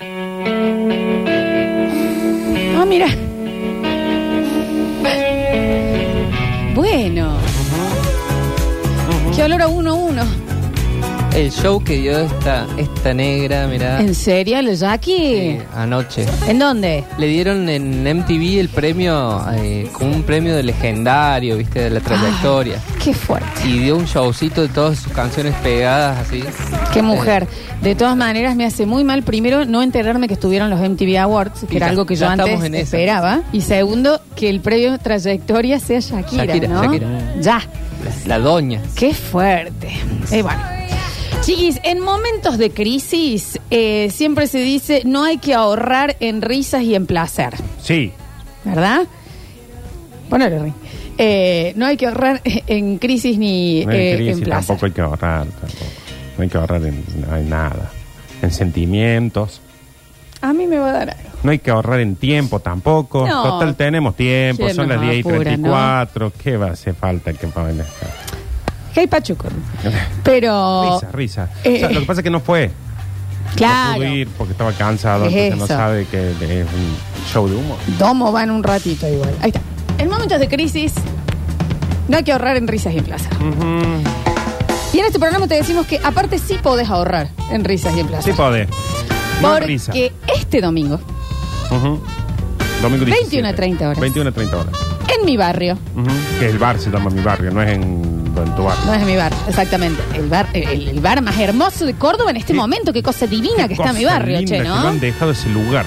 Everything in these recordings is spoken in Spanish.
Ah, mira. Bueno. Qué olor a uno a uno. El show que dio esta, esta negra, mirá, ¿En serio, el Jackie? eh, anoche. ¿En dónde? Le dieron en MTV el premio, eh, como un premio de legendario, viste, de la trayectoria. Qué fuerte. Y dio un showcito de todas sus canciones pegadas así. Qué Eh. mujer. De todas maneras, me hace muy mal, primero, no enterarme que estuvieron los MTV Awards, que Y era ya- algo que yo ya antes estamos en esa. esperaba. Y segundo, que el previo trayectoria sea Shakira, Shakira, ¿no? Shakira. Ya. La, la doña. Qué fuerte. Eh, bueno. Chiquis, en momentos de crisis eh, siempre se dice no hay que ahorrar en risas y en placer, Sí. ¿verdad? Ponelo, Rini. Eh, no hay que ahorrar en crisis ni No hay eh, crisis, en placer. tampoco hay que ahorrar. tampoco. No hay que ahorrar en, en nada. En sentimientos. A mí me va a dar algo. No hay que ahorrar en tiempo tampoco. No. Total, tenemos tiempo. ¿Quién Son nos las 10 y apura, 34. ¿Qué va a hacer falta que paguen esto? Que hay pachuco. Pero... Risa, risa. Eh. O sea, lo que pasa es que no fue. No Claro. pudo ir porque estaba cansado. Es entonces no eso. sabe que es un show de humor. Domo va en un ratito igual. Ahí está. En momentos de crisis no hay que ahorrar en risas y en placer. Y en este programa te decimos que aparte sí podés ahorrar en risas y en placer. Sí, podés. No Porque risa. este domingo, Ujú. Domingo 21 a 30 horas. 21 a 30 horas. en mi barrio, Ujú. Que el bar se llama mi barrio, no es en, en tu barrio. no es en mi bar, exactamente, el bar, el, el bar más hermoso de Córdoba en este Sí. momento, qué cosa divina que está Cosa mi barrio, linda che, que no ¿no? han dejado ese lugar.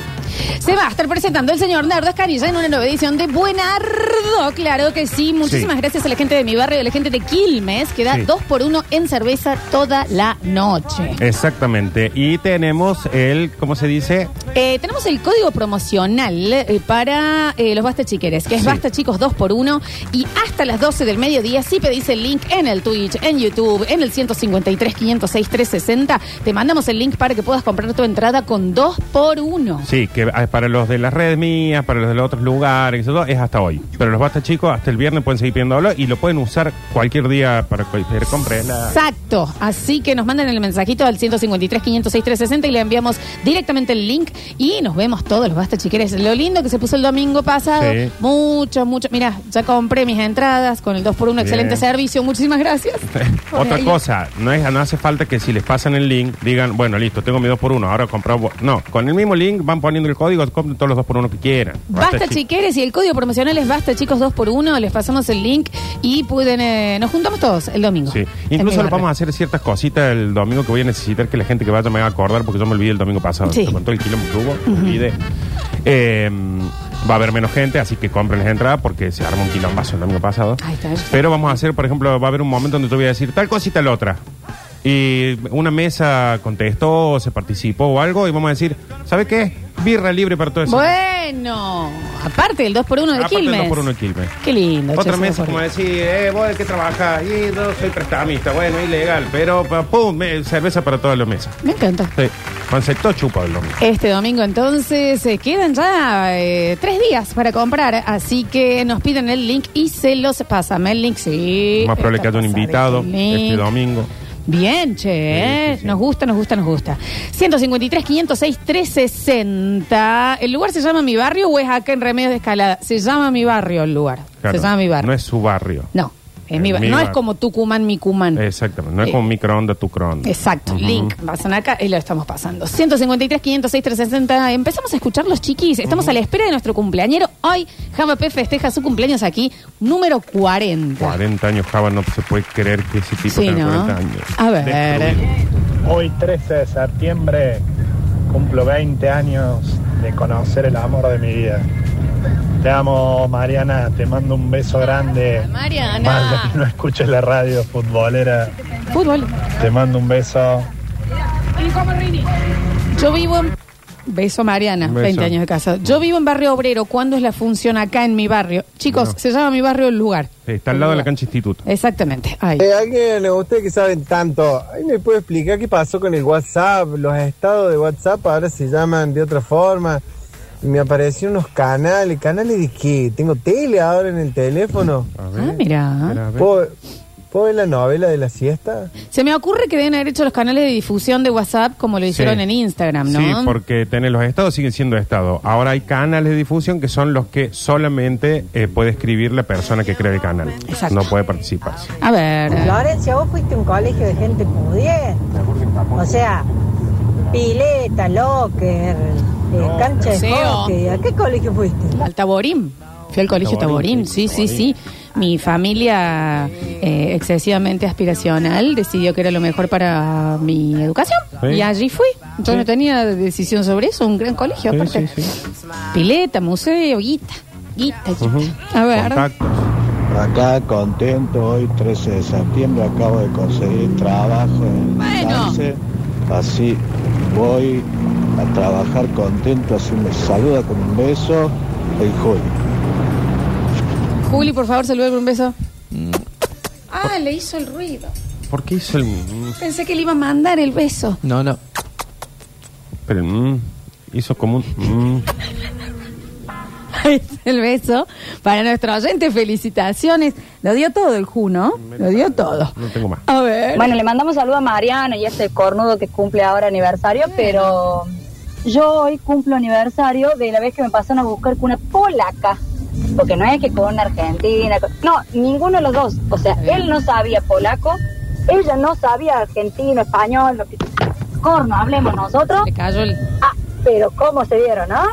Se va a estar presentando el señor Nardo Escanilla en una nueva edición de Buenardo, claro que sí. Muchísimas Sí. gracias a la gente de mi barrio y a la gente de Quilmes, que da Sí. dos por uno en cerveza toda la noche. Exactamente. Y tenemos el, ¿cómo se dice? Eh, tenemos el código promocional eh, para eh, los Basta Chiqueres, que es Sí. Basta Chicos 2x1. Y hasta las 12 del mediodía, si pedís el link en el Twitch, en YouTube, en el 153 506 360, te mandamos el link para que puedas comprar tu entrada con 2x1. Sí, que ah, para los de las redes mías, para los de los otros lugares, eso todo, es hasta hoy. Pero los basta chicos, hasta el viernes pueden seguir pidiéndolo y lo pueden usar cualquier día para cualquier compra. Es la- Exacto, así que nos mandan el mensajito al 153 506 360 y le enviamos directamente el link y nos vemos todos los basta chiqueres. Lo lindo que se puso el domingo pasado, Sí. mucho, mucho. Mira, ya compré mis entradas con el 2x1, excelente servicio, muchísimas gracias. Por Otra ahí. cosa, no, es, no hace falta que si les pasan el link digan, bueno, listo, tengo mi 2x1, ahora compramos. No, con el mismo link van poniendo el código, compren todos los 2x1 que quieran. Basta, Chicos. chiqueres y el código promocional es Basta Chicos 2x1, les pasamos el link y pueden, eh, nos juntamos todos el domingo. Sí. En mi Incluso le barrio. vamos a hacer ciertas cositas el domingo que voy a necesitar que la gente que vaya me va a acordar porque yo me olvidé el domingo pasado. Sí. Con todo el quilombo que hubo, me olvidé. Eh, va a haber menos gente, así que compren las entradas porque se arma un quilombazo el domingo pasado. Ahí está, ahí está. Pero vamos a hacer, por ejemplo, va a haber un momento donde yo voy a decir tal cosita la otra. Y una mesa contestó, o se participó o algo, y vamos a decir, ¿sabe qué? Birra libre para todo eso. Bueno, aparte del 2x1 de Aparte del Quilmes. 2x1 de Quilmes. Qué lindo. che, Otra se me mesa ocurrió. como decir, eh, vos de qué trabajás, y yo soy prestamista, bueno, ilegal, pero pa, pum, me- cerveza para todas las mesas. Me encanta. Sí, concepto chupa el domingo. Este domingo entonces se quedan ya eh, tres días para comprar, así que nos piden el link y se los pasame el link, sí. Más probable que haya un Pasar el invitado este link. domingo. Bien, che, ¿eh? sí, sí. nos gusta, nos gusta, nos gusta. 153, 506, 360. ¿El lugar se llama Mi Barrio o es acá en Remedios de Escalada? Se llama Mi Barrio el lugar. Claro, se llama Mi Barrio. No es su barrio. No, es mi Es bar- mi No es bar- como Tucumán, mi Cumán. Exactamente, no es Eh, como microondas tu cronda. Mm. Exacto, link, pasan acá y lo estamos pasando. 153, 506, 360. Empezamos a escuchar los chiquis. Estamos a la espera de nuestro cumpleañero. Hoy, Java P festeja su cumpleaños aquí, número 40. 40 años, Java, no se puede creer que ese tipo Sí, tenga ¿no? 40 años. A ver. Destruido. Hoy 13 de septiembre cumplo 20 años de conocer el amor de mi vida. Te amo, Mariana, te mando un beso grande. Mal que no Mariana. escuches la radio futbolera. Fútbol. Te mando un beso. Yo vivo en. Beso Mariana, Beso. 20 años de casa. Yo vivo en Barrio Obrero. ¿Cuándo es la función acá en mi barrio? Chicos, Bueno. se llama mi barrio el lugar. Sí, Está al lado de la cancha instituto. Exactamente. Ahí. Eh, alguien, ustedes que saben tanto, ¿ahí me puede explicar qué pasó con el WhatsApp? Los estados de WhatsApp ahora se llaman de otra forma. Y me aparecieron unos canales. ¿Canales de qué? ¿Tengo tele ahora en el teléfono? A ver, Ah, mira. espera, a ver. ¿Puedo, ¿Vos ves la novela de la siesta? Se me ocurre que deben haber hecho los canales de difusión de WhatsApp como lo hicieron Sí. en Instagram, ¿no? Sí, porque tenés los estados, siguen siendo estados. Ahora hay canales de difusión que son los que solamente eh, puede escribir la persona que crea el canal. Exacto. No puede participar. A ver. Florencia, vos fuiste a un colegio de gente pudiente. O sea, pileta, locker, eh, cancha de Museo. hockey. ¿A qué colegio fuiste? Al Taborín. Fui al colegio Taborín, sí, sí, sí. Mi familia eh, excesivamente aspiracional decidió que era lo mejor para mi educación. Sí. Y allí fui. Yo no tenía decisión sobre eso, un gran colegio Sí, aparte. sí, Pileta, museo, guita, guita, guita. Ujú. A ver. Contactos. Acá contento, hoy 13 de septiembre acabo de conseguir trabajo en Bueno. Sanse. así voy a trabajar contento, así me saluda con un beso el Julio. Juli, por favor, salúdame con un beso. Ah, le hizo el ruido. ¿Por qué hizo el... Pensé que le iba a mandar el beso. No, no. Pero el mm, hizo como un... mm. Ahí está el beso. Para nuestro oyente, felicitaciones. Lo dio todo el Ju, ¿no? Lo dio todo. No tengo más. A ver. Bueno, le mandamos saludo a Mariana y a este cornudo que cumple ahora aniversario, pero yo hoy cumplo aniversario de la vez que me pasaron a buscar con una polaca. Porque no es que con una argentina. con- No, ninguno de los dos. O sea, él no sabía polaco, ella no sabía argentino, español, lo que. Corno, hablemos nosotros. Le cayó el. Ah, pero cómo se dieron, ¿no?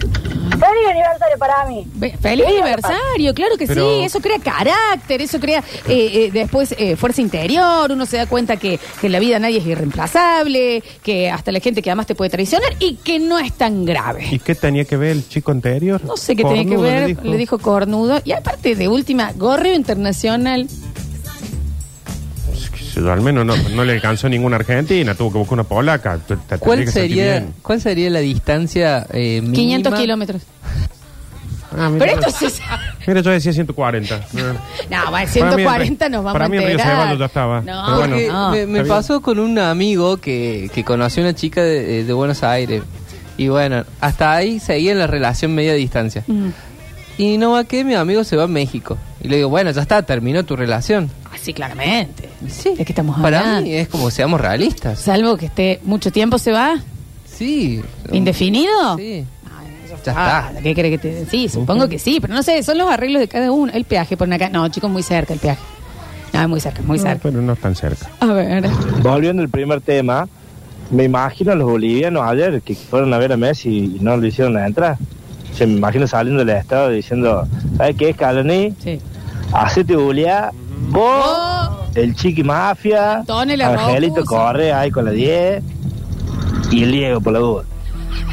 Feliz aniversario para mí. Be- Feliz aniversario, claro que Pero- sí, eso crea carácter, eso crea eh, eh, después eh, fuerza interior, uno se da cuenta que, que en la vida nadie es irreemplazable, que hasta la gente que amas te puede traicionar y que no es tan grave. ¿Y qué tenía que ver el chico anterior? No sé qué tenía que Cornudo, ver, le dijo. cornudo, y aparte de última, gorreo internacional, Qué sé yo, al menos no, no le alcanzó ninguna argentina, tuvo que buscar una polaca. Te- te- ¿Cuál tendría que sentir sería, bien. ¿Cuál sería la distancia eh, 500 mínima? kilómetros. Ah, mira, Pero esto sí... mira, yo decía 140. No, va, Para mí en 140 Río- nos vamos para mí a en Río enterar. Ceballos ya estaba. No, Pero bueno. Porque no. me, me está bien. pasó con un amigo que, que conoció una chica de, de Buenos Aires. Y bueno, hasta ahí seguía la relación media distancia. Mm. Y no va que mi amigo se va a México. Y le digo, bueno, ya está, terminó tu relación. Ah, Sí, claramente. Sí. ¿De qué estamos Para hablando? mí es como seamos realistas. Salvo que esté mucho tiempo se va. Sí. ¿Indefinido? Sí. Ya Ah, está. ¿Qué crees que te Sí, supongo que sí, pero no sé, son los arreglos de cada uno. El peaje por acá. No, chicos, muy cerca el peaje. No, muy cerca, muy No, cerca. pero no es tan cerca. A ver. Volviendo al primer tema, me imagino a los bolivianos ayer que fueron a ver a Messi y no lo hicieron entrar. Se me imagino saliendo del estado diciendo, ¿sabes qué es Caloni? Sí. Hacete bulear, vos, Oh, el Chiqui Mafia, Tone la Angelito Rocusa. Correa ahí con la 10 y el Diego por la duda.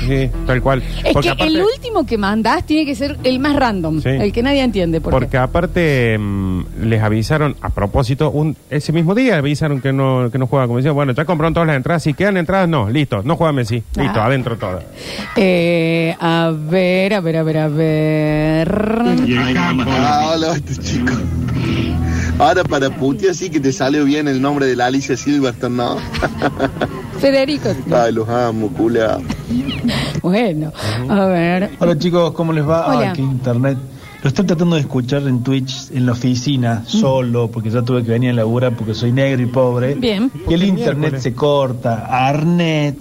Sí, tal cual. es Porque que aparte- el último que mandás tiene que ser el más random, Sí. el que nadie entiende. Por Porque aparte mm, les avisaron a propósito un, ese mismo día avisaron que no que no juega como decía, bueno, ya compraron todas las entradas, si quedan entradas no, listo, no juega Messi, listo, Ah. adentro todo. qué. Eh, a ver, a ver, a ver, a ver. Ah, hola, estos chicos. Ahora para putear sí que te salió bien el nombre de la Alicia Silverton, ¿no? Federico. Ay, los amo, culea. Bueno, a ver. Hola chicos, ¿cómo les va? Hola. Ah, qué internet. Lo estoy tratando de escuchar en Twitch, en la oficina, solo, porque ya tuve que venir a laburar porque soy negro y pobre. Bien. Y el internet se corta, Arnet,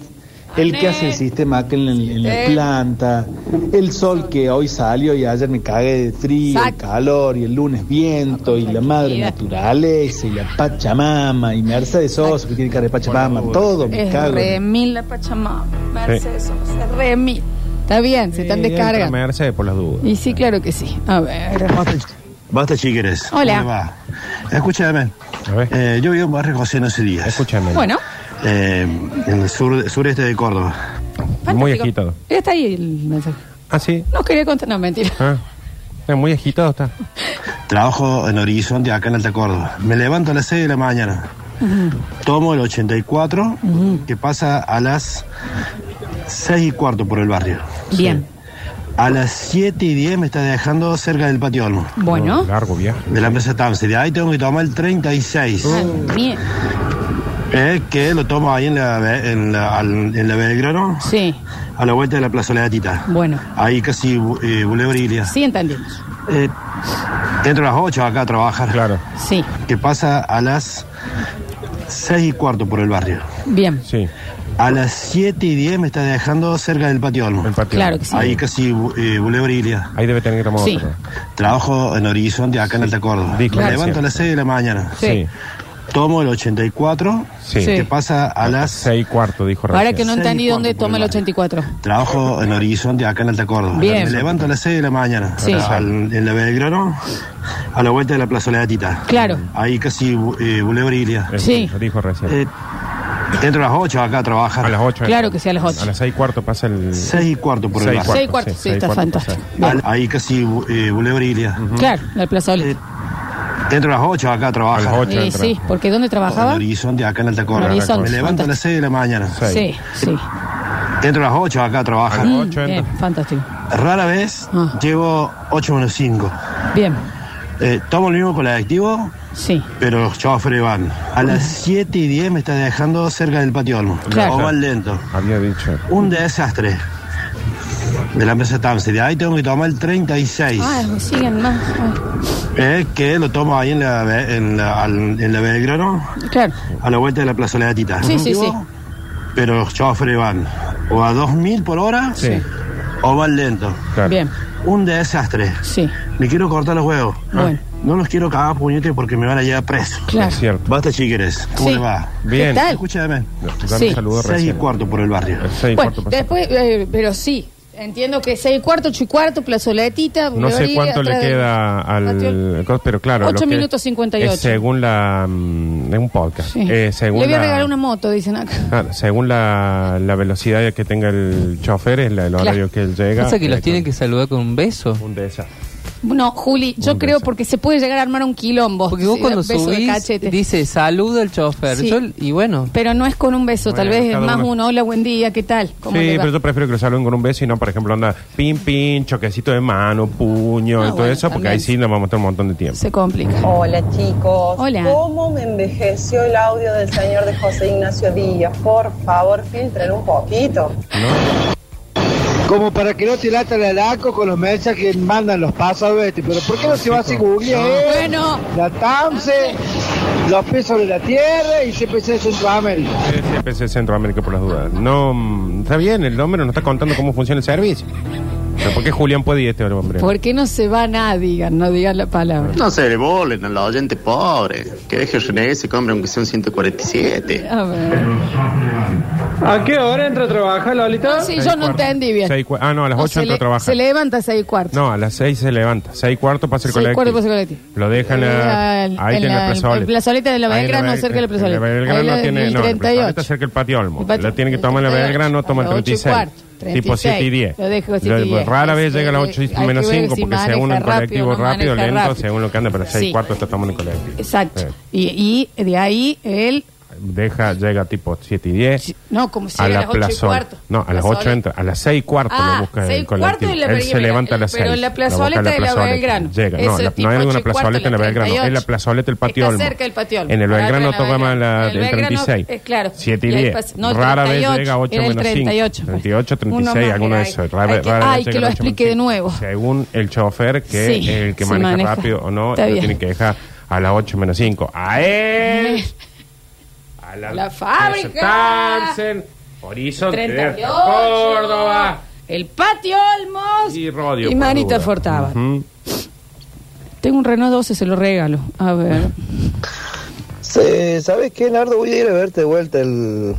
el que hace el sistema acá en, la- en la Sí. planta, el sol que hoy salió y ayer me cagué de frío, el Exacto. calor y el lunes viento y la madre Tranquilidad. naturaleza y la Pachamama y Mercedes Sosa que tiene cara de Pachamama, todo me Es cago. en- Remil la Pachamama. Mercedes Sosa, es Remil. Está bien, se están Y entra descargando. Mercedes por las dudas. Y sí, claro que sí. A ver. Basta, chiqueres. ¿Cómo Hola. les va? Escúchame, A ver. eh, yo vivo en Barrio José Díaz, Escúchame. Bueno, eh, en el sur, sureste de Córdoba. muy fantástico. agitado. Ya Está ahí el mensaje. Ah, sí. No quería contar, no, mentira. Ah. Eh, Muy agitado está. Trabajo en Horizonte, acá en Alta Córdoba. Me levanto a las 6 de la mañana. Tomo el 84, que pasa a las 6 y cuarto por el barrio. Bien. A las 7 y 10 me está dejando cerca del patio Olmo, Bueno. Largo viaje. de la empresa Tamsi. De ahí tengo que tomar el 36, Ah, bien. eh, que lo tomo ahí en la, Be- en la, al- en la Belgrano, Sí, a la vuelta de la plazoletita. bueno. Ahí casi eh, Boulevard Ilia. Sí, entendimos. Eh, Dentro de las 8 acá a trabajar. Claro. Sí, Que pasa a las 6 y cuarto por el barrio. bien, Sí. A las 7 y 10 me está dejando cerca del patio Olmo. El patio. claro que sí. Ahí casi eh, Boulevard Ilia. Ahí debe tener que tomar Sí. otro. Trabajo en Horizonte, acá en Alta Córdoba. Me Claro. levanto a las 6 de la mañana. Sí. Tomo el 84, Sí. que pasa a las... Seis y cuarto, dijo Ahora recién. que no seis y entendí cuarto dónde por toma el el 84. Trabajo en Horizonte, acá en Alta Córdoba. Bien. Me levanto a las 6 de la mañana. Sí. Al- en la Belgrano, a la vuelta de la Plaza Leatita. Claro. Ahí casi eh, Boulevard Ilia. Eso Sí. Dijo recién. Eh, entro a las 8 acá a trabajar. a las ocho. Claro que sí, a las ocho. A las seis y cuarto pasa el... 6 y cuarto por el Seis barrio. Seis y cuarto, sí, sí, seis y está cuarto, fantástico. Al- ahí casi eh, Boulevard Ilia. Claro, la Plaza Olé. Eh, entro a las 8 acá a A trabajar. las ocho Sí, entra. sí, porque ¿dónde En trabajaba? Horizonte, acá en Alta Córdoba. Horizonte, Me levanto a las 6 de la mañana. seis. Sí, sí. Mm, Entro a las 8 acá a trabajar. A las ocho Bien, entra. fantástico. Rara vez Ah. llevo 8 menos 5. Bien, Eh, tomo el mismo colectivo, sí. pero los choferes van. A las 7 y 10 me está dejando cerca del patio Olmo. Claro. O van lento. Había dicho. Un desastre. De la empresa Tamsi. De ahí tengo que tomar el 36. Ay, me Ah, siguen más. Ah, Ay, eh, que lo tomo ahí en la, Be- en la, al- en la Belgrano, Claro, a la vuelta de la Plaza Leatita. Sí, sí, sí. Pero los choferes van o a 2000 por hora Sí. o van lento. Claro. bien, Un desastre. sí. Me quiero cortar los huevos. Ah. Bueno. No los quiero cagar a puñete porque me van a llevar preso. Claro. Es cierto. Basta, chiqueres. ¿Cómo Sí. le va? Bien. tal? Escúchame. Dan Sí. un saludo 6 y recién. cuarto por el barrio. Eh, seis y Bueno, cuarto pasa. después, eh, pero sí, entiendo que 6 y cuarto, 8 y cuarto, plazoletita. No sé cuánto le queda al... cos- Pero claro, Ocho lo que minutos cincuenta y es ocho. según la... mm, Es un podcast. Eh, según le voy a la- regalar una moto, dicen acá. Claro, según la, la velocidad que tenga el chofer, es la- el horario que él llega. Pasa que los eh, tienen que con- saludar con un beso. Un de esas. No, Juli, yo Un creo beso. porque se puede llegar a armar un quilombo. Porque vos Oh, Sí, cuando beso de subís, cachete. dice saluda al chofer. Sí. Yo- y bueno, Pero no es con un beso, tal Bueno, vez es cada más uno. un hola, buen día, ¿qué tal? Sí, ¿Cómo le va? pero yo prefiero que lo saluden con un beso y no, por ejemplo, anda pin, pin, choquecito de mano, puño Ah, y todo bueno, eso, porque también. ahí sí nos vamos a estar un montón de tiempo. Se complica. Hola chicos. Hola. ¿Cómo me envejeció el audio del señor de José Ignacio Díaz? Por favor, filtren un poquito. Como para que no te lata la laco con los mensajes que mandan los pasos, este, pero ¿por qué no se va a Google? Bueno, La TAMSE, los pies sobre la tierra y CPC de Centroamérica. CPC Centroamérica por las dudas. No, mm, está bien, el hombre nos está contando cómo funciona el servicio. Pero ¿por qué Julián puede y este hombre? ¿por qué no se va nada? Digan, no digan la palabra. No se le volen a la oyente pobre. Que deje renegar ese compre aunque sea un 147. A ver. ¿A qué hora entra a trabajar, Lolita? Sí, Seis yo y no cuarto. entendí bien. Seis y cua- ah, no, a las O 8 se entra a le- trabajar. Se levanta a seis y cuarto. No, a las 6 se levanta. 6 y cuarto pasa el Seis y colectivo. cuarto pasa el ah, colectivo. Lo dejan a- En la- ahí en tiene la- la plazoleta. en plazoleta de la Ahí en Belgrano, Bel- cerca de la en plazoleta. Belgrano Ahí la no del tiene. No, la 38. plazoleta cerca del patio Olmo. El patio- La tienen que tomar en la 38, Belgrano, toma el a las ocho y 36. cuarto, Tipo 36. 7 y 10. Lo dejo siete y diez. Rara vez Eso llega a las es- 8 hay y que menos ver 5, si porque maneja según el rápido, colectivo no rápido, maneja lento, rápido. según lo que anda, pero 6 Sí. y cuarto está tomando el colectivo. Exacto. Sí. Y, y de ahí él. Deja, llega tipo 7 y 10. No, como si a era la a las ocho y plazo- cuarto. No, a las Plazoleta. 8 entra. A las 6 y cuarto lo Ah, busca seis el y cuarto colectivo. y la Él Belgrano. se levanta a las 6. Pero en la plazoleta de la Belgrano. Llega. Eso No, es la- tipo no hay ocho alguna y cuarto, plazoleta en la la Belgrano. 38. Es la plazoleta del patio Está Olmo. cerca del patio Olmo. En el Ahora Belgrano en la toma Belgrano. la En el del Belgrano, 36. eh, claro. 7 y Y ahí 10. pasa- no, rara 38, vez llega 8 era el menos 38. 5. 38, Uno 36, más, alguno de hay- esos. Rara, hay que- rara vez ay, que llega lo el ocho menos explique de cinco. nuevo. Según el chofer, que Sí, es el que se maneja, maneja. rápido o no, Está lo bien. tienen que dejar a las 8 menos 5. A él. A la, La fábrica. Tamsen, Horizonte, 38. Córdoba. El patio Olmos. Y Rodio, por Manita duda. Fortaba. Ujú. Tengo un Renault 12, se lo regalo. A ver. Sí, ¿Sabes qué, Nardo? Voy a ir a verte de vuelta el,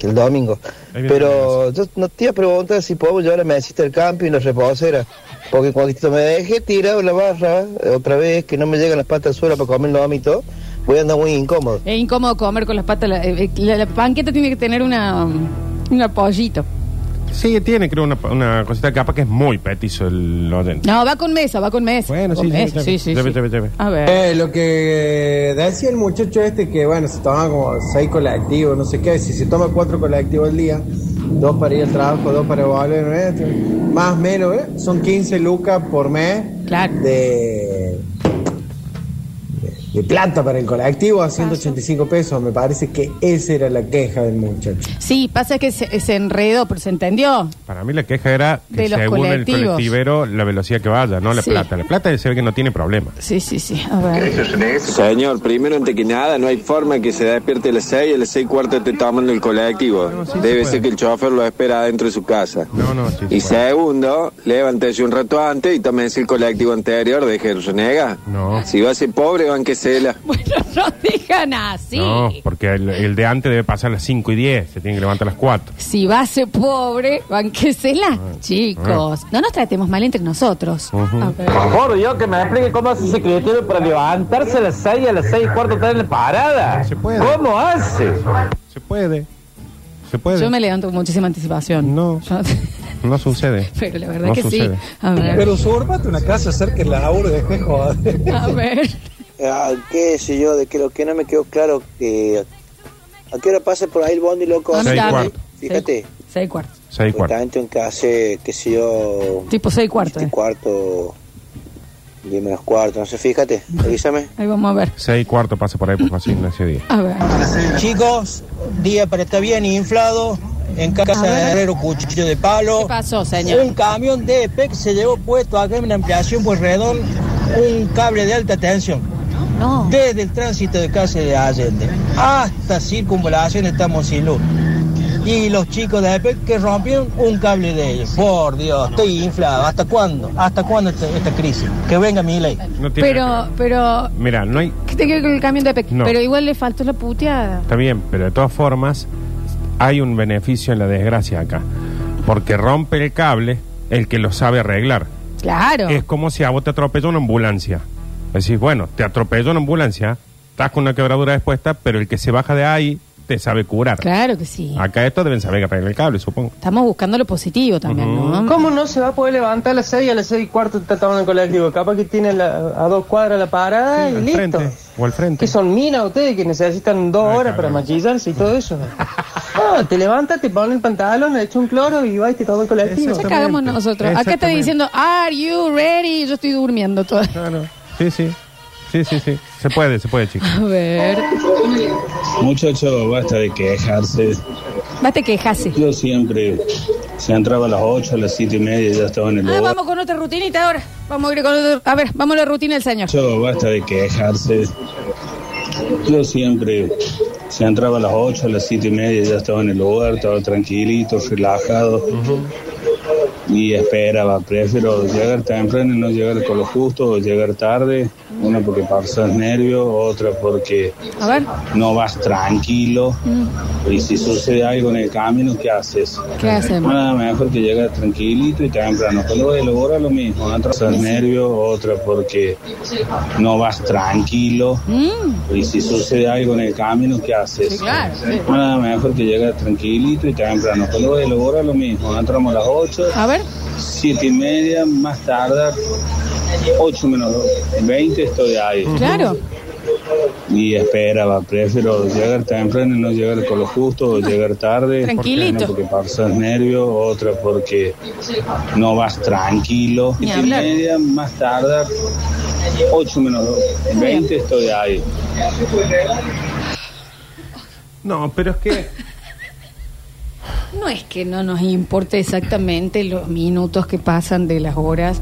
el domingo. Ahí viene Pero yo no te iba a preguntar si podemos llevar la mesita del campo y las reposeras. Porque cuando me dejé tirado la barra, eh, otra vez que no me llegan las patas al suelo para comer el vómito, voy a andar muy incómodo. Es incómodo comer con las patas. La, eh, la- la banqueta tiene que tener una, un apoyito. Sí, tiene, creo, una, una cosita capa que es muy petizo el oyente. No, va con mesa, va con mesa. Bueno, Con sí, sí, mesa, sí, sí, sí, lleve, sí. Eh, lleve, lleve. A ver. Eh, lo que decía el muchacho este, que bueno, se tomaba como seis colectivos, no sé qué, si se toma cuatro colectivos al día, dos para ir al trabajo, dos para volver, más o menos, ¿eh? son 15 lucas por mes. Claro. de, de plata para el colectivo a 185 pesos. Me parece que esa era la queja del muchacho. Sí, pasa que se, se enredó, pero se entendió. Para mí la queja era que De los según el colectivos. colectivero la velocidad que vaya, no la Sí. plata. La plata se ve que no tiene problema. Sí, sí, sí. A ver. Señor, primero antes que nada, no hay forma que se despierte a las 6 y a las 6 cuarto esté tomando el colectivo. Debe pues. ser que el chofer lo espera dentro de su casa. y segundo, levántese un rato antes y tómense el colectivo anterior, deje de renegar. Si va a ser pobre, banquesela. No digan así. No, porque el, el de antes debe pasar a las 5 y 10, se tiene que levantar a las 4. Si va a ser pobre, banquesela. Ah, Chicos, no nos tratemos mal entre nosotros. A ver. Por Dios, que me explique cómo hace ese criterio para levantarse a las 6 y a las 6 y cuarto estar en la parada. ¿Cómo hace? Se puede. Se puede. Yo me levanto con muchísima anticipación. No. No sucede. Pero la verdad No que sucede. sí. A ver. Pero sorbate una casa cerca de la aura de espejo. ¿eh? A ver. Ah, qué sé yo, de que lo que no me quedó claro que a qué hora pasa por ahí el bondi loco. Ah, mira. Seis y cuarto. Fíjate. Seis cuartos. Seis cuarto. en que hace, qué sé yo. Tipo seis eh. cuartos. Seis cuarto. Diez menos cuarto. No sé, fíjate. Avísame. Ahí vamos a ver. 6 y cuarto pasa por ahí por fácil ese día. A ver. Ah, Chicos, día para estar bien inflado. En casa A ver. de Herrero, cuchillo de palo. ¿Qué pasó, señor? Un camión de EPEC se llevó puesto acá en una ampliación por redón un cable de alta tensión. Desde el tránsito de casa de Allende hasta circunvalación estamos sin luz. Y los chicos de EPEC que rompieron un cable de ellos. Por Dios, estoy inflado. ¿Hasta cuándo? ¿Hasta cuándo esta, esta crisis? Que venga mi ley. Pero, pero, Mira, no hay. ¿qué te quiero con el camión de Peque? No. Pero igual le faltó la puteada. Está bien, pero de todas formas, hay un beneficio en la desgracia acá. Porque rompe el cable el que lo sabe arreglar. Claro. Es como si a vos te atropella una ambulancia. Decís, bueno, te atropella una ambulancia, estás con una quebradura expuesta, pero el que se baja de ahí te sabe curar. Claro que sí. Acá estos deben saber que arreglar el cable, supongo. Estamos buscando lo positivo también, ¿no? ¿Cómo no se va a poder levantar a las 6 y a las 6 y cuarto está tomando el colectivo? Capaz que tiene la- a dos cuadras la parada y listo. O al frente. Que son minas ustedes que necesitan dos horas para maquillarse y todo eso. No, te levantas, te pones el pantalón, le echas un cloro y vas y te tomas el colectivo. Ya cagamos nosotros. Acá está diciendo, ¿Are you ready? Yo estoy durmiendo todo. Sí, sí. Sí, sí, sí. Se puede, se puede, chicos. A ver. Oh. Muchachos, basta de quejarse. Bate quejase. Yo siempre se entraba a las 8, a las 7 y media y ya estaba en el Ah, lugar. vamos con otra rutinita ahora. Vamos a ir con otra. A ver, vamos a la rutina del señor. Muchachos, basta de quejarse. Yo siempre se entraba a las 8, a las 7 y media y ya estaba en el lugar, estaba tranquilito, relajado. Y esperaba, prefiero llegar temprano y no llegar con lo justo, o llegar tarde, una porque pasas nervios, otra porque A ver. no vas tranquilo. Y si sucede algo en el camino, ¿qué haces? ¿Qué hacemos? Nada mejor que llegas tranquilito y temprano. Cuando vas a elaborar lo mismo, otra por nervios, otra porque no vas tranquilo. Mm, Y si sucede algo en el camino, ¿qué haces? Sí, claro, sí. Nada mejor que llegas tranquilito y temprano. Cuando vas a elaborar lo mismo, entramos a las 8, A ver. 7 y media, más tarde, 8 menos 20 estoy ahí. Claro. Y esperaba, prefiero llegar temprano y no llegar con lo justo, o llegar tarde. Tranquilito. Porque, una, porque pasas nervios, otra porque no vas tranquilo. Ni Y hablar. media, más tarde, 8 menos 20 estoy ahí. No, pero es que. No es que no nos importe exactamente los minutos que pasan de las horas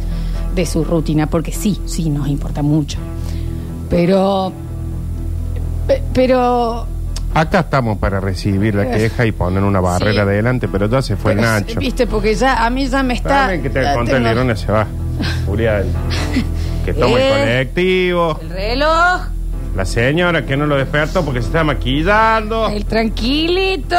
de su rutina, porque sí, sí nos importa mucho. Pero. pe- Pero. Acá estamos para recibir la queja y poner una barrera Sí. adelante, pero ya se fue pero, Pues, Nacho. eh, Viste, porque ya a mí ya me está. Saben que te ya conté el tengo- Lirona se va. Julián. Que toma Eh. el colectivo. el reloj, La señora que no lo despertó porque se está maquillando. el tranquilito,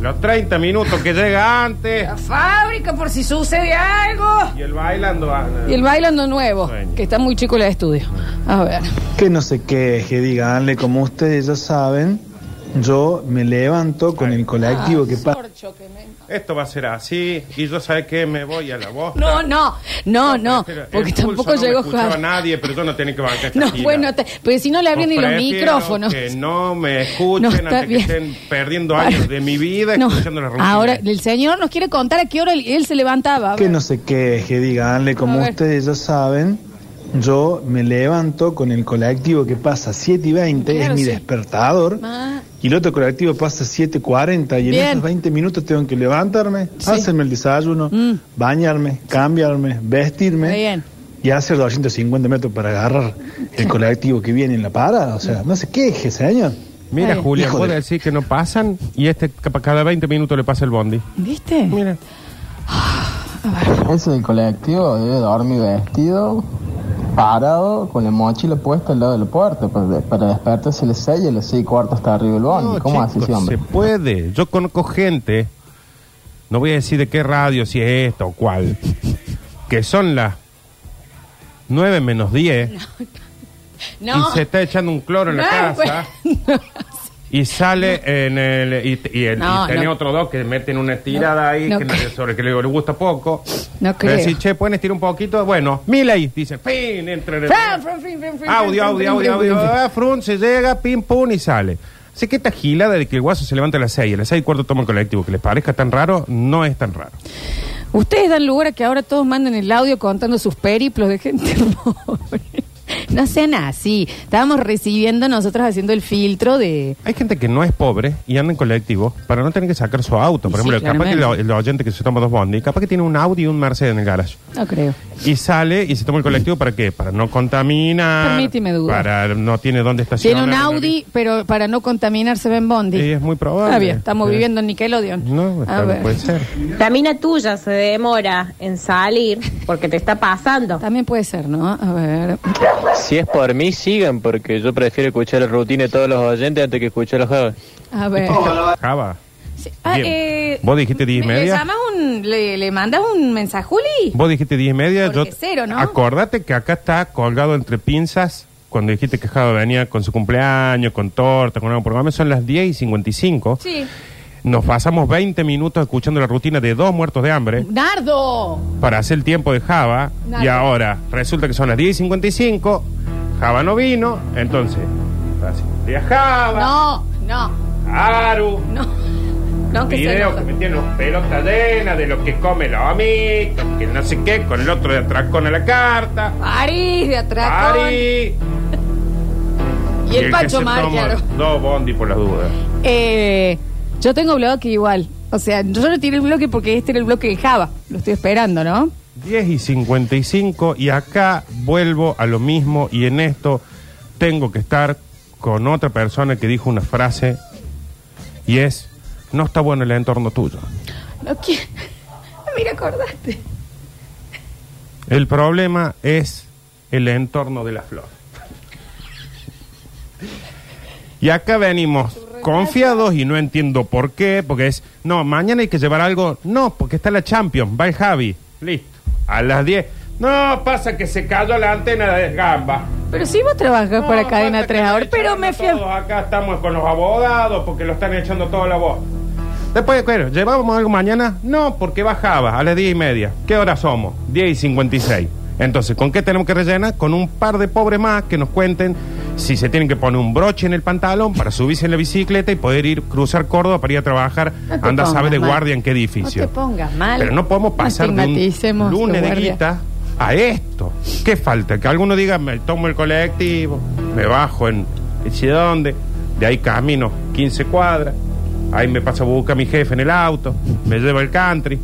Los 30 minutos que llega antes. la fábrica por si sucede algo. Y el bailando. Ana. Y el bailando nuevo, que está muy chico la de estudio. A ver. Que no se queje, díganle, como ustedes ya saben, yo me levanto con el colectivo que pasa. Esto va a ser así. Y yo sabes que me voy a la voz. No, no, no, no, Pero el porque pulso tampoco no me llegó escuchaba Javi. a nadie, pero yo no tenía que bancar esta No, gira. bueno, te- porque si no le abrían ni los Prefiero micrófonos. Que no me escuchen No, está hasta que bien. estén perdiendo años de mi vida No. escuchando la rutina. Ahora, el señor nos quiere contar a qué hora él, él se levantaba. A Que ver. no se queje, díganle, como A ver. ustedes ya saben, Yo me levanto con el colectivo que pasa 7 y 20, Claro, es mi sí. despertador. Ma- Y el otro colectivo pasa 7.40 y en Bien. esos 20 minutos tengo que levantarme, Sí. Mm. hacerme el desayuno, bañarme, cambiarme, vestirme Bien. y hacer 250 metros para agarrar el colectivo que viene en la parada. O sea, no se queje, señor. Mira, Julián, Hijo puede de- decir que no pasan y este capa- cada 20 minutos le pasa el bondi. ¿Viste? Mira. Ese del colectivo debe dormir vestido, parado, con la mochila puesta al lado pues, de la puerta. Para, para despertarse a las seis y a las seis y cuarto está arriba el bondi. No, ¿Cómo hace chicos, ese hombre? Se puede. Yo conozco gente, no voy a decir de qué radio, si es esta o cuál, que son las 9 menos 10 No. y se está echando un cloro en la No, pues, casa y sale en el. Y, y el- y No, tenés no. otros dos que meten una estirada ahí no que creo. no- sobre que le, le gusta poco. No creo. Decís, che, pueden estirar un poquito. Bueno, Miley dice, fin, entre el. Fran, fran, fran, fran, fran, Audio, fran, fran, audio, audio, fran, audio. fran, fran. Ah, Frun se llega, pim, pum y sale. Así que esta gilada de que el guaso se levanta a las 6 y a las 6 y cuarto toma el colectivo, que les parezca tan raro, no es tan raro. Ustedes dan lugar a que ahora todos manden el audio contando sus periplos de gente pobre. No sean así. Estábamos recibiendo nosotros haciendo el filtro de. Hay gente que no es pobre y anda en colectivo para no tener que sacar su auto. Por Sí, ejemplo, capaz que claramente. el, el oyente que se toma dos bondi, capaz que tiene un Audi y un Mercedes en el garage. No creo. Y sale y se toma el colectivo para qué? Para no contaminar. Permíteme dudar. Para no tiene dónde Tiene estacionar. un Audi, pero para no contaminar se ve en Bondi. Y es muy probable. Está bien, estamos Sí. viviendo en Nickelodeon. No, A ver. puede ser. La mina tuya se demora en salir porque te está pasando. También puede ser, ¿no? A ver. Si es por mí, sigan, porque yo prefiero escuchar la rutina de todos los oyentes antes que escuchar los juegos. A ver. Java. Ah, Bien. eh, Vos dijiste 10 y ¿Le media. llamas un. Le, le mandas un mensaje, Juli? Vos dijiste 10 y media. Porque yo- cero, ¿no? Acordate que acá está colgado entre pinzas. Cuando dijiste que Java venía con su cumpleaños, con torta, con algo por el momento, son las 10 y 55. Sí. Nos pasamos 20 minutos escuchando la rutina de dos muertos de hambre ¡Nardo! para hacer el tiempo de Java. Dale. Y ahora resulta que son las 10 y 55. Java no vino. Entonces, así, viajaba. No, no. Aru. No. No, que se Video enoja. que me tiene una pelota llena de lo que come la amita, que no sé qué, con el otro de atracón a la carta. París de atracón. Ari. Y el que Pacho se Mar, toma claro. Dos bondi por las dudas. Eh, yo tengo bloque igual. O sea, yo no tiré el bloque porque este era el bloque de Java. Lo estoy esperando, ¿no? 10 y 55 y acá vuelvo a lo mismo y en esto tengo que estar con otra persona que dijo una frase y es, no está bueno el entorno tuyo. No quiero. Mira, acordaste. El problema es el entorno de la flor. Y acá venimos confiados y no entiendo por qué, porque es, no, mañana hay que llevar algo, no, porque está la Champions, va el Javi, listo, a las 10. No, pasa que se cayó la antena de gamba. Pero si vos trabajás para cadena 3 ahora, pero me fui a... Todos acá estamos con los abogados porque lo están echando toda la voz. Después, bueno, ¿llevábamos algo mañana? No, porque bajaba a las 10 y media. ¿Qué hora somos? 10 y 56. Entonces, ¿con qué tenemos que rellenar? Con un par de pobres más que nos cuenten si se tienen que poner un broche en el pantalón para subirse en la bicicleta y poder ir cruzar Córdoba para ir a trabajar. No te Anda, sabe pongas de mal. guardia en qué No edificio. te pongas mal. Pero no podemos pasar de estigmaticemos un lunes la de guardia. guita a esto. ¿Qué falta? Que alguno diga, me tomo el colectivo, me bajo en en sé dónde, de ahí camino 15 cuadras, ahí me pasa a buscar a mi jefe en el auto, me lleva el country,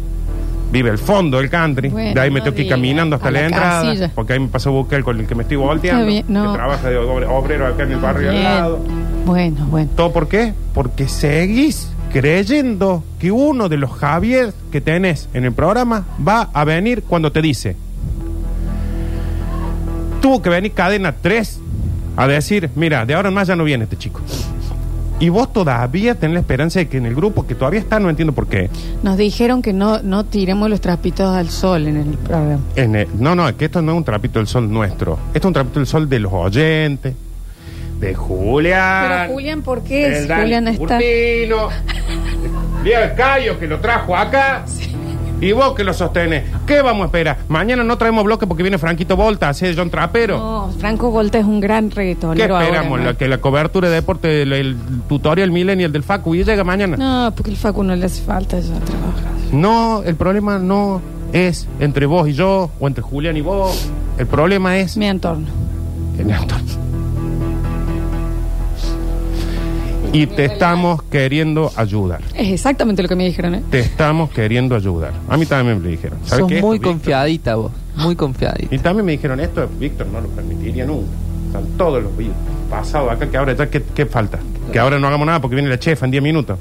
vive el fondo del country, Bueno, de ahí me no tengo que ir diga, caminando hasta a la, la entrada, casilla. porque ahí me pasa a buscar con el que me estoy volteando, Está bien, no. que trabaja de obre- obrero acá en el barrio al Bien. lado. Bueno, bueno. ¿Todo por qué? Porque seguís creyendo que uno de los Javier que tenés en el programa va a venir cuando te dice. Tuvo que venir cadena 3 a decir, mira, de ahora en más ya no viene este chico. Y vos todavía tenés la esperanza de que en el grupo que todavía está, no entiendo por qué. Nos dijeron que no, no tiremos los trapitos al sol en el programa. En el- no, no, es que esto no es un trapito del sol nuestro. Esto es un trapito del sol de los oyentes, de Julián. Pero Julián, ¿por qué El si Dan Julián está...? Urbino, Diego Cayo que lo trajo acá. Y vos que lo sostenes. ¿Qué vamos a esperar? Mañana no traemos bloque porque viene Franquito Volta, así es John Trapero. No, Oh, Franco Volta es un gran ¿Qué reggaetonero esperamos? ahora, La, que la cobertura de deporte, el, el tutorial millennial del Facu y llega mañana. ¿no? No, porque el Facu no le hace falta, ya trabaja. No, el problema no es entre vos y yo, o entre Julián y vos. El problema es mi entorno. el entorno. Y te estamos queriendo ayudar. Es exactamente lo que me dijeron, ¿eh? Te estamos queriendo ayudar. A mí también me lo dijeron. ¿Sabes Sos qué? muy Esto, confiadita vos, muy confiadita. Y también me dijeron esto, Víctor no lo permitiría nunca. Están todos los vi- pasados acá que ahora ya, ¿qué, qué falta? Que ahora no hagamos nada porque viene la chefa en 10 minutos.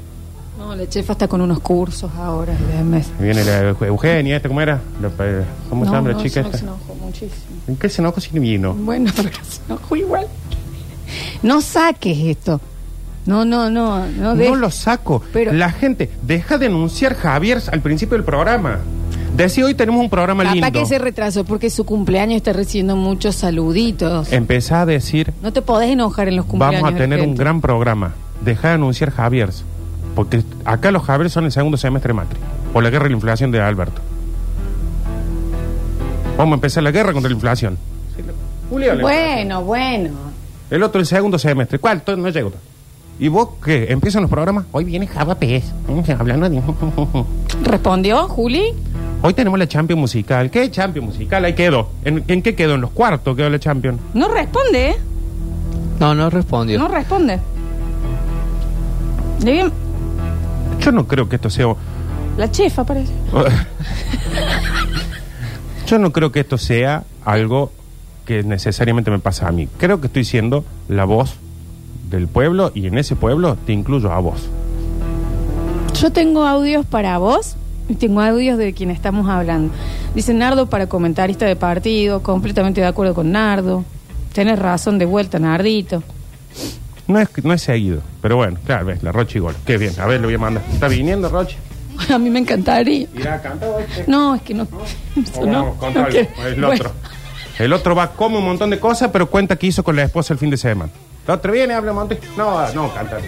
No, la chefa está con unos cursos ahora. de mes. Viene la Eugenia, ¿esta cómo era? La- eh, ¿Cómo se No, llama la no, chica se- esta? se enojó muchísimo. ¿En qué se enojó si vino? Bueno, pero se enojó igual. No saques esto. No, no, no. No, No, de- lo saco. Pero- la gente, deja de anunciar Javier al principio del programa. Decía hoy tenemos un programa Capaz lindo. que se retrasó porque su cumpleaños está recibiendo muchos saluditos. Empezá a decir, No te podés enojar en los cumpleaños. Eh. vamos a tener un gente. gran programa. Deja de anunciar Javier. Porque acá los Javier son el segundo semestre de Macri. Por la guerra de la inflación de Alberto. Vamos a empezar la guerra contra la inflación. Julián, Bueno, bueno. El otro el segundo semestre. ¿Cuál? Todo- No llego. ¿Y vos qué? ¿Empiezan los programas? Hoy viene Java Pérez. Mm, Hablando de... ¿Respondió, Juli? Hoy tenemos la Champion Musical. ¿Qué Champion Musical? Ahí quedó. ¿En, en qué quedó? ¿En los cuartos quedó la Champion? No responde, ¿eh? No, no respondió. No responde. De bien, Yo no creo que esto sea... la chefa parece. Yo no creo que esto sea algo que necesariamente me pasa a mí. Creo que estoy siendo la voz del pueblo y en ese pueblo te incluyo a vos. Yo tengo audios para vos y tengo audios de quien estamos hablando. Dice Nardo para comentarista de partido, completamente de acuerdo con Nardo. Tienes razón de vuelta, Nardito. No es, no es seguido, pero bueno, claro, ves, la Rochi Gol. Qué bien, a ver, lo voy a mandar. ¿Está viniendo Rochi? A mí me encantaría. Irá a cantar hoy, che. No, es que no. O eso este. no, vamos con no algo, quiero. el Bueno, otro. El otro va como un montón de cosas, pero cuenta que hizo con la esposa el fin de semana. La otra viene, habla un montón. No, no, canta.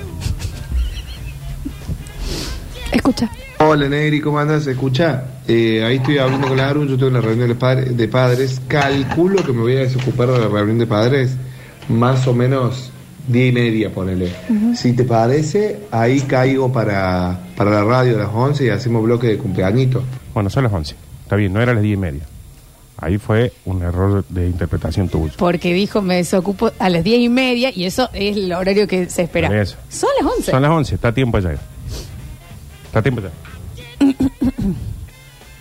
Escucha. Hola Negri, ¿cómo andas? Escucha, eh, ahí estoy hablando con Aru, yo tengo una reunión de, padre- de padres, calculo que me voy a desocupar de la reunión de padres más o menos 10 y media, ponele. Ujú. Si te parece, ahí caigo para, para la radio a las 11 y hacemos bloque de cumpleañitos. Bueno, son las 11. Está bien, no era las 10 y media. Ahí fue un error de interpretación tuyo. Porque dijo me desocupo a las diez y media y eso es el horario que se espera. Por eso. Son las once. Son las 11, está a tiempo ya. Está a tiempo ya.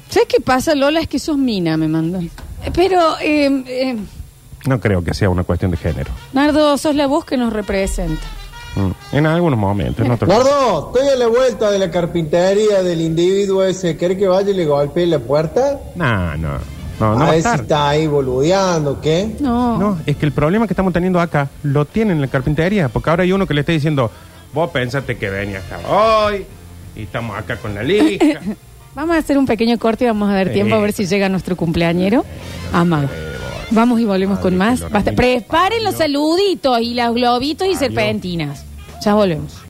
¿Sabes qué pasa, Lola? Es que sos mina, me mandan. Pero, eh, eh, No creo que sea una cuestión de género. Nardo, sos la voz que nos representa. Mm. En algunos momentos, en otros. Gordo, estoy a la vuelta de la carpintería del individuo ese. ¿Querés que vaya y le golpee la puerta? No, no. No, no a va a ver si estar. está ahí boludeando, ¿qué? No. No, es que el problema que estamos teniendo acá lo tienen en la carpintería, porque ahora hay uno que le está diciendo, vos pensaste que venías acá hoy, y estamos acá con la lista. Vamos a hacer un pequeño corte y vamos a dar Sí. tiempo a ver si llega nuestro cumpleañero. Amado. Vamos y volvemos con más. Basta. Preparen los saluditos y los globitos y serpentinas. Ya volvemos.